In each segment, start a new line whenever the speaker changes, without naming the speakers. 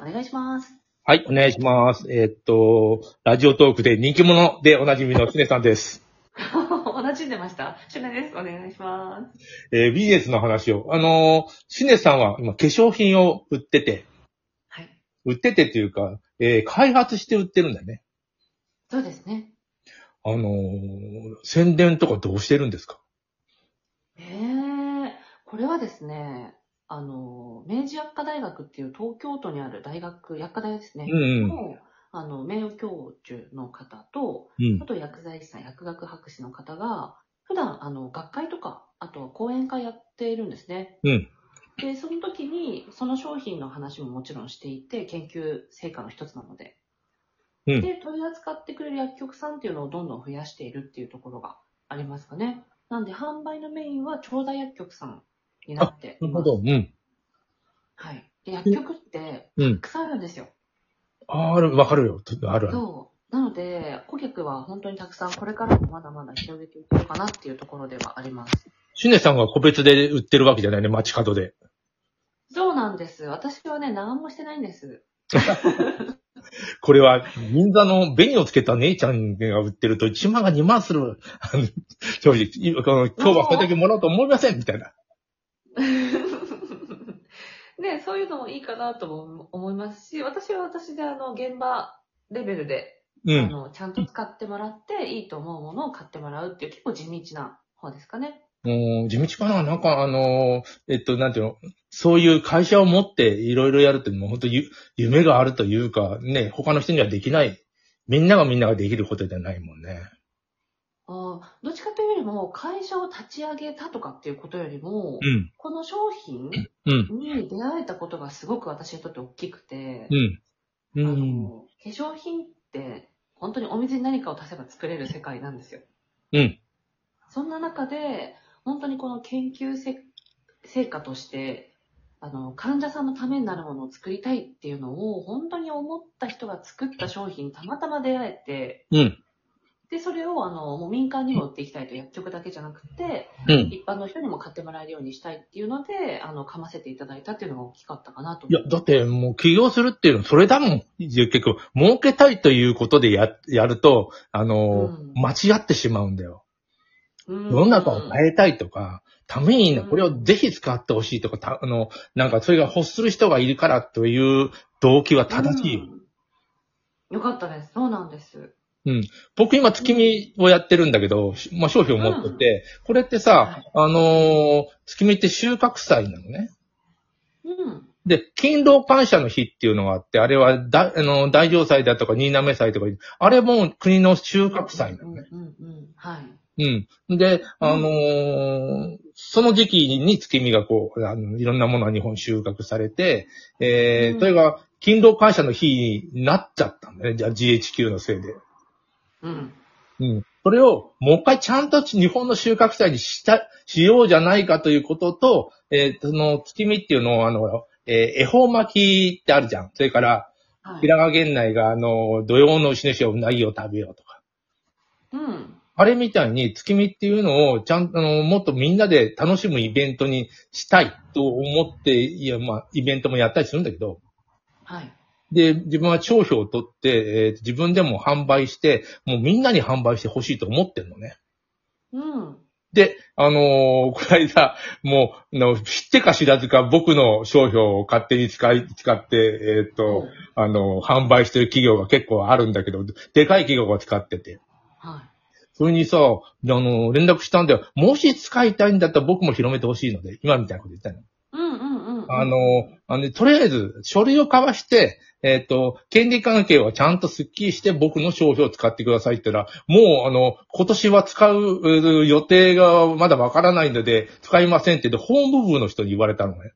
お願いします。
はい、お願いします。えーっと、ラジオトークで人気者でおなじみのシネさんです。
同じんでましたシュネです。お願いします。
えービジネスの話を。あのーシネさんは今化粧品を売ってて、
はい。
売っててっていうか、えー開発して売ってるんだよね。
そうですね。
あのー宣伝とかどうしてるんですか
ええこれはですね、あの、明治薬科大学っていう東京都にある大学、薬科大ですね
う。ん
の、あの、名誉教授の方と、
うん。うん
あ。と薬剤師さん、薬学博士の方が、普段、あの、学会とか、あとは講演会やっているんですね。
うん
で、その時に、その商品の話ももちろんしていて、研究成果の一つなので。
うん
で、取り扱ってくれる薬局さんっていうのをどんどん増やしているっていうところがありますかね。なんで、販売のメインは、調剤薬局さんになって
ないる
ます。
ほど。うん。
はい。で薬局って、
うん
たくさんあるんですよ。
ある、わかるよ。ちょっとあるある。
そう。なので、顧客は本当にたくさん、これからもまだまだ広げていこうかなっていうところではあります。
シネさんが個別で売ってるわけじゃないね、街角で。
そうなんです。私はね、何もしてないんです。
これは、銀座の紅をつけた姉ちゃんが売ってると1万が2万する。 あの正直、今この今日はこれだけもらおうと思いませんみたいな。
ね、そういうのもいいかなとも思いますし、私は私であの、現場レベルで、
う
あ
ん。
の、ちゃんと使ってもらって、いいと思うものを買ってもらうっていう、結構地道な方ですかね。
もう、地道かななんかあのー、えっと、なんていうのそういう会社を持っていろいろやるって、もう本当ゆ夢があるというか、ね、他の人にはできない。みんながみんなができることじゃないもんね。
あーどっちかというよりも、会社を立ち上げたとかっていうことよりも、
ん。
この商品
うん。
に出会えたことがすごく私にとって大きくて、
うん。う
あ
ん。
の化粧品って本当にお水に何かを足せば作れる世界なんですよ。
うん
そんな中で本当にこの研究せ成果としてあの患者さんのためになるものを作りたいっていうのを本当に思った人が作った商品にたまたま出会えて
うん。
でそれをあのもう民間にも売っていきたいと薬局だけじゃなくて
うん。
一般の人にも買ってもらえるようにしたいっていうのであの噛ませていただいたっていうのが大きかったかなと
いや、だってもう起業するっていうのはそれだもん。結局、儲けたいということでや、やると、あのー、
うん
間違ってしまうんだよ。
世
世の中を変えたいとか、ためにねこれをぜひ使ってほしいとか、たあの、なんかそれが欲する人がいるからという動機は正しい。
うんよかったです。そうなんです。
僕今月見をやってるんだけど、しまあ、商品を持ってて、これってさ、あのー月見って収穫祭なのね。
うん。
で、勤労感謝の日っていうのがあって、あれはだ、あの、大城祭だとか、新滑祭とか、あれも国の収穫祭なのね。
うんうんうん。はい。
うん。で、あのーその時期に月見がこう、あのいろんなものが日本収穫されて、え
う
ー、
ん
それが勤労感謝の日になっちゃったんだね。じゃあ GHQ のせいで。
うん。
うん。それをもう一回ちゃんと日本の収穫祭にした、しようじゃないかということと、えーその月見っていうのを、あの、えー恵方巻きってあるじゃん。それから、
はい。
平賀源内が、あの、土曜の牛主をうなぎを食べようとか。
うん。
あれみたいに月見っていうのをちゃんと、あの、もっとみんなで楽しむイベントにしたいと思って、いや、まあ、イベントもやったりするんだけど、
はい。
で、自分は商標を取って、えー自分でも販売して、もうみんなに販売してほしいと思ってんのね。
うん。
で、あのーこないだ、もう、あの知ってか知らずか僕の商標を勝手に使い、使って、えーっと、あの販売してる企業が結構あるんだけど、でかい企業が使ってて。
は
それにさ、あの、連絡したんだよ。もし使いたいんだったら僕も広めてほしいので、今みたいなこと言ったの。
い。うんうんうん。
あの、あのねとりあえず、書類を交わして、えっ、と、権利関係はちゃんとスッキリして僕の商標を使ってくださいって言ったら、もう、あの、今年は使ううー予定がまだわからないので、使いませんって言って、法務部の人に言われたのね。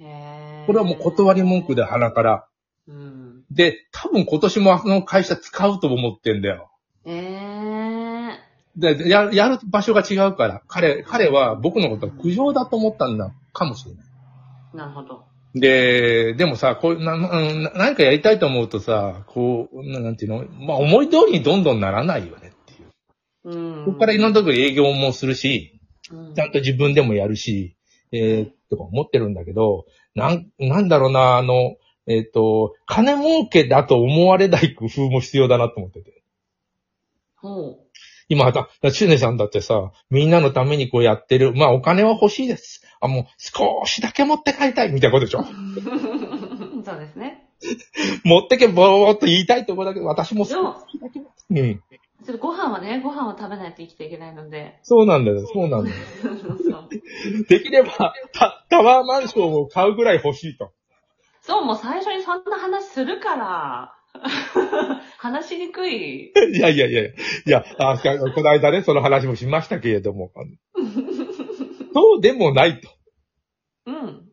へー
これはもう断り文句で鼻。から。
うん。
で、多分今年もあの会社使うと思ってんだよ。
えー。
で、や、やる場所が違うから、彼、彼は僕のことは苦情だと思ったんだ、かもしれない。
なるほど。
で、でもさ、こう、な、うんな何かやりたいと思うとさ、こう、ななんていうのまあ、思い通りにどんどんならないよねっていう。
うん。
ここからいろんなとこ営業もするし、
うん
ちゃんと自分でもやるし、えー、とか思ってるんだけど、なん、なんだろうな、あの、えっ、と、金儲けだと思われない工夫も必要だなと思ってて。
ほ
今、だ、シュネさんだってさ、みんなのためにこうやってる。まあ、お金は欲しいです。あ、もう少しだけ持って帰りたいみたいなことでしょ。
う。 そうですね。
持ってけぼーっと言いたいところだけど、私も
で
そう。
も、
うん。
それご飯はね、ご飯を食べないと生きていけないので。
そうなんだよ。そうなんだよ。
そうそうそう
できれば、タタワーマンションを買うぐらい欲しいと。
そう、もう最初にそんな話するから。 話しにくい。
いやいやいやいや、あしかこの間ね、その話もしましたけれど も、あのそうでもないと。
うん。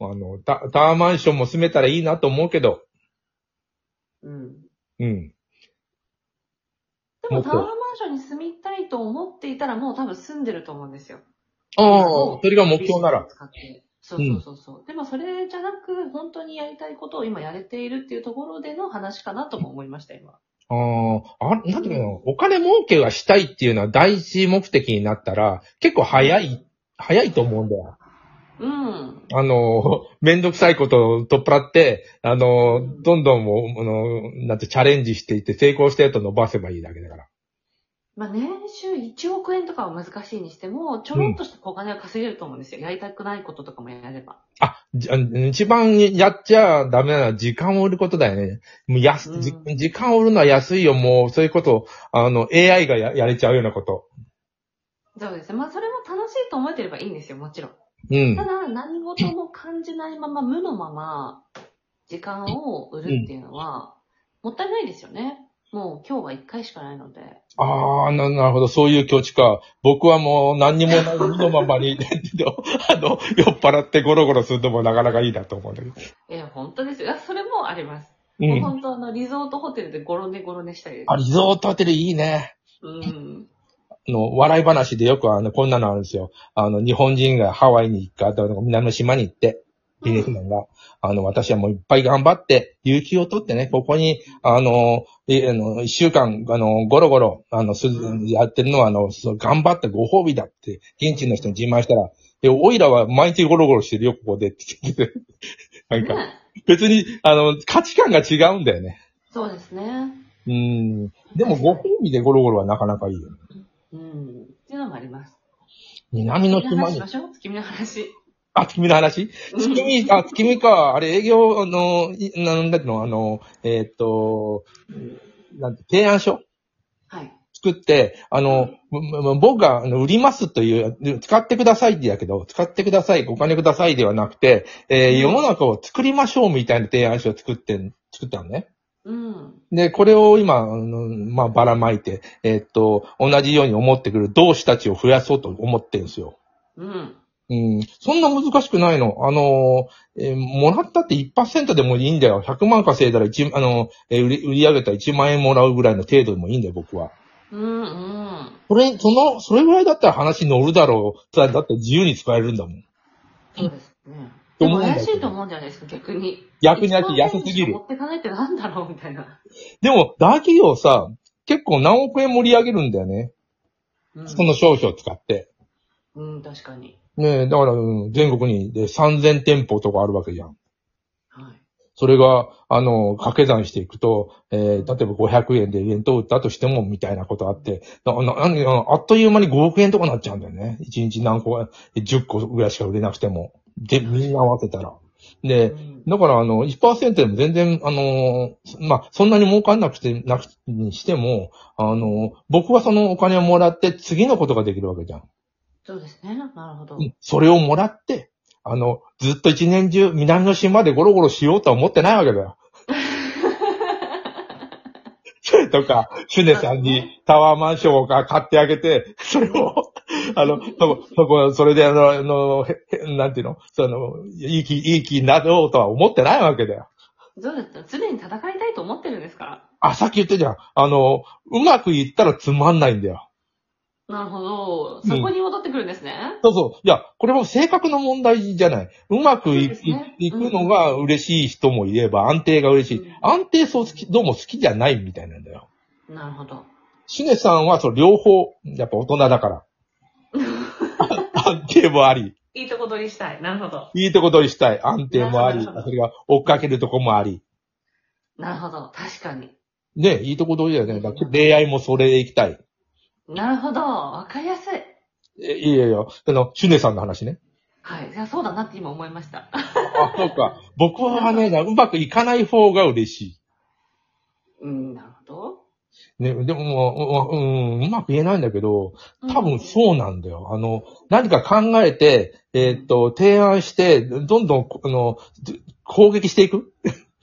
あの、タタワーマンションも住めたらいいなと思うけど、
うん。
うん。
でもタワーマンションに住みたいと思っていたらもう多分住んでると思うんですよ。
ああ、それが目標なら。。
そうそうそうそう、でもそれじゃなく、本当にやりたいことを今やれているっていうところでの話かなとも思いました、今。
ああ、あ、なんていうの、お金儲けがしたいっていうのは第一目的になったら、結構早い、早いと思うんだよ。
うん。
あの、めんどくさいことを取っ払って、あの、どんどんもう、あの、なんてチャレンジしていって成功したやつを伸ばせばいいだけだから。
まあ、年収1億円とかは難しいにしても、ちょろっとしたお金は稼げると思うんですよ。やりたくないこととかもやれば。
あ、じあ一番やっちゃダメなのは時間を売ることだよね。もう安、
うん
じ時間を売るのは安いよ、もう、そういうことあの、AI がややれちゃうようなこと。
そうですね。まあ、それも楽しいと思えてればいいんですよ、もちろん。
うん
た。だ、何事も感じないまま、無のまま、時間を売るっていうのは、もったいないですよね。もう今日は1回しかないので。
ああ、ななるほど、そういう境地か。僕はもう何にもない身のままに、 あの、酔っ払ってゴロゴロするのもなかなかいいなと思うんだけど。
えー、本当ですよ。いやそれもあります。
う。
もうん本当あの、リゾートホテルでゴロネゴロネしたりです。
あ、リゾートホテルいいね。
うん。
あの、笑い話でよくあの、こんなのあるんですよ。あの、日本人がハワイに行くか、あと南の島に行って、ビジネスマンが、あの、私はもういっぱい頑張って、有給を取ってね、ここに、あの、いあの一週間、あの、ゴロゴロ、あの、すやってるのは、あの、そう頑張ったご褒美だって、現地の人に自慢したら、で、おいらは毎日ゴロゴロしてるよ、ここでって言ってて。 なんか、
ね
別に、あの、価値観が違うんだよね。
そうですね。
うん。でも、ご褒美でゴロゴロはなかなかいいよね。
うん。っていうのもあります。
南の
君の話
島
し
に
ま、しょう君の話。
あ、月見の話
うん
月見、あ、月見か。あれ、営業、あの、いなんだっけの、あの、えーっと、なんて、提案書
はい。
作って、あの、むむ僕があの売りますという、使ってくださいってやけど、使ってください、お金くださいではなくて、えー世の中を作りましょうみたいな提案書を作ってん、作ったのね。
うん。
で、これを今、あのまあ、ばらまいて、えーっと、同じように思ってくる同志たちを増やそうと思ってるんですよ。
うん。
うん、そんな難しくないの。あのー、えーもらったって1%でもいいんだよ。100万稼いだら1、あのーえー売り、売り上げたら1万円もらうぐらいの程度でもいいんだよ、僕は。
うん。うん。
それ、その、それぐらいだったら話乗るだろう。だだって自由に使えるんだもん。
そうですね。
と
で
思う
も
んだけど
怪しいと思うんじゃないですか、逆に。
逆にだって
1万円
安すぎ
しか
る
持。ってかないってなんだろうみたいな。
でも、大企業さ、結構何億円盛り上げるんだよね。
うん
その商標を使って。
うん、確かに。
ねえ、だから、うん全国にで3000店舗とかあるわけじゃん。
はい。
それが、あの、掛け算していくと、えー、例えば500円で弁当売ったとしても、みたいなことあって、な、な、なにあのあっという間に5億円とかなっちゃうんだよね。1日何個か、10個ぐらいしか売れなくても。で、みんな合わせたら。で、
うん
だから、あの、1%でも全然、あの、まあ、そんなに儲かんなくて、なくにしても、あの、僕はそのお金をもらって、次のことができるわけじゃん。
そうですね。なるほど
う。んそれをもらって、あの、ずっと一年中、南の島でゴロゴロしようとは思ってないわけだよ。それとか、シュネさんにタワーマンションを買ってあげて、それを、あの、そこ、そこ、それであの、あの、へへなんていうの、その、いい気、いい気になろうとは思ってないわけだよ。
そうですね。常に戦いたいと思ってるんですから。
あ、さっき言ったじゃん。あの、うまくいったらつまんないんだよ。
なるほど。
うん
そこに戻ってくるんですね。
そうそう。いや、これも性格の問題じゃない。うま
そ
く
う
い,、
ですね
いくのが嬉しい人もいれば、安定が嬉しい。
うん
安定そう好き、どうも好きじゃないみたいなんだよ。
なるほど。
し げさんは、そう、両方、やっぱ大人だから。安定もあり、
いいとこ取りしたい。なるほど。
いいとこ取りしたい。安定もあり、
なるほど
それが追っかけるとこもあり。
なるほど。確かに。
ね、いいとこ取りだよね。だから恋愛もそれで行きたい。
なるほど。わかりやすい。
えいやいや、あの、シュネさんの話ね。
はい。いや、そうだなって今思いました。
あ、そうか。僕はね、うまくいかない方が嬉しい。
うん、なるほど。
ね、でももう、ううん、うまく言えないんだけど、多分
う
そうなんだよ。あの、何か考えて、えーっと、提案して、どんどん、あの、攻撃していく
ん。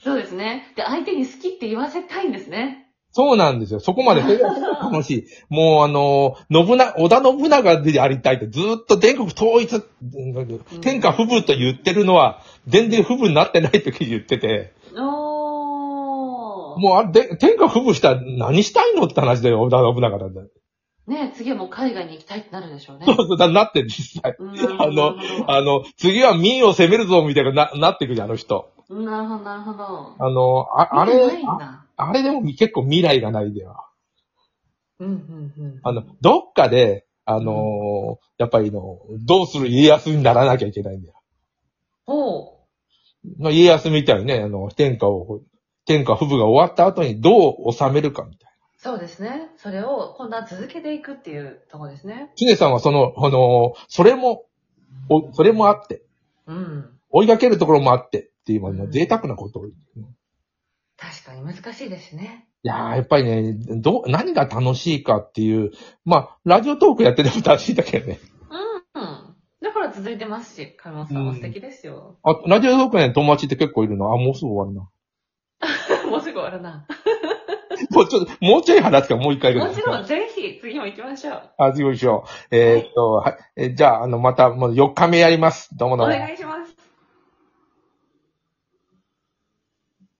そうですね。で、相手に好きって言わせたいんですね。
そうなんですよ。そこまで、それが楽しい。もうあの、信長、織田信長でありたいって、ずーっと全国統一、天下不武と言ってるのは、全然不武になってない時言ってて、
おー。
もうあれ、で天下不武したら何したいのって話だよ、織田信長なんだよ。
ね次はもう海外に行きたいってなるでしょうね。
そう だ、なってる、実際。
うん
あの、あの、次は民を攻めるぞ、みたいな、な、なってくじゃん、あの人。
なるほど、なるほど。
あの、あ、あ
見てな
れ
いん、だ
あれでも結構未来がないんだよ。
うんうんうん。
あの、どっかで、あのーやっぱりの、どうする家康にならなきゃいけないんだよ。
おう。
まあ、家康みたいにね、あの、天下を、天下不武が終わった後にどう治めるかみたい
そうですね。それを今度は続けていくっていうところですね。
な。常さんはその、あのーそれも、お、それもあって、
うん。
追いかけるところもあって、っていう、まあの、贅沢なことを。い
確かに難しいですね。
やー、やっぱりね、どう、何が楽しいかっていう、まあ、ラジオトークやってても楽しいんだけどね。
うん。だから続いてますし、カルモさんは素敵です よ。
あ、ラジオトークね、友達って結構いるの。あ、もうすぐ終わるな。
もうすぐ終わるな。
もうちょっと、もうちょい話すから、もう一回ぐらい。
もちろん、ぜひ、次も行きましょう。
あ、自己紹介しよう。えーっと、はい。えじゃあ、あの、また、もう4日目やります。どうもど
お
うも。
願いします。